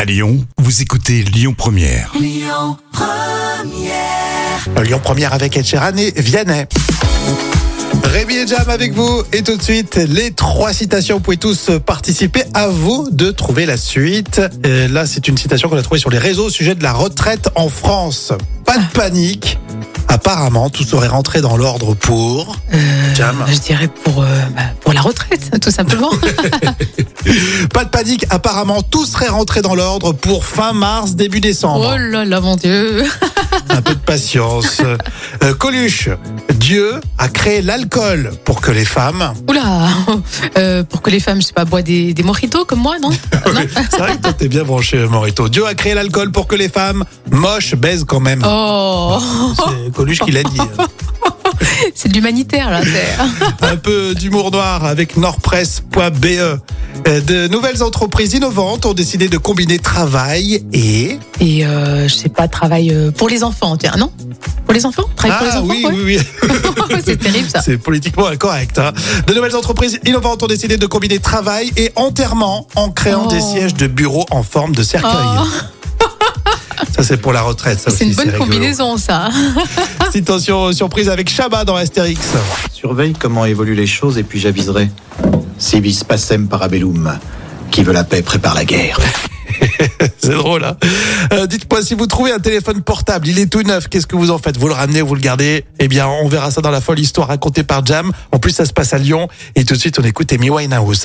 À Lyon, vous écoutez Lyon Première. Lyon Première avec Ed Sheeran et Vianney. Rémi et Jam avec vous et tout de suite les trois citations. Vous pouvez tous participer à vous de trouver la suite. Et là, c'est une citation qu'on a trouvée sur les réseaux au sujet de la retraite en France. Pas de panique. Apparemment, tout serait rentré dans l'ordre pour Jam. Je dirais pour, euh, bah, pour la retraite, tout simplement. Pas de panique. Apparemment, tout serait rentré dans l'ordre pour fin mars début oh décembre. là là, mon Dieu. Un peu de patience. Euh, Coluche. Dieu a créé l'alcool pour que les femmes Oula. Euh, pour que les femmes, je sais pas, boivent des, des mojitos comme moi, non Oui, C'est vrai que toi, t'es bien branché, euh, Morito. Dieu a créé l'alcool pour que les femmes moches baisent quand même. Oh, C'est Coluche qui l'a dit. hein. c'est de l'humanitaire, là. c'est- Un peu d'humour noir avec nordpresse.be. Euh, De nouvelles entreprises innovantes ont décidé de combiner travail et... Et euh, je sais pas, travail euh, pour les enfants, tiens, non Pour les enfants Travail pour les ah enfants oui, ouais. oui, oui. C'est terrible, ça. C'est politiquement incorrect. hein. De nouvelles entreprises innovantes ont décidé de combiner travail et enterrement en créant Oh. des sièges de bureaux en forme de cercueil. Oh. Ça, c'est pour la retraite. ça C'est une aussi, bonne rigolo. combinaison, ça. Citation surprise avec Shabba dans Astérix. Surveille comment évoluent les choses et puis j'aviserai. Civis passem parabellum. Qui veut la paix prépare la guerre. C'est drôle, hein Euh, Dites-moi, si vous trouvez un téléphone portable, il est tout neuf, qu'est-ce que vous en faites Vous le ramenez, vous le gardez Eh bien, on verra ça dans la folle histoire racontée par Jam. En plus, ça se passe à Lyon. Et tout de suite, on écoute Amy Winehouse.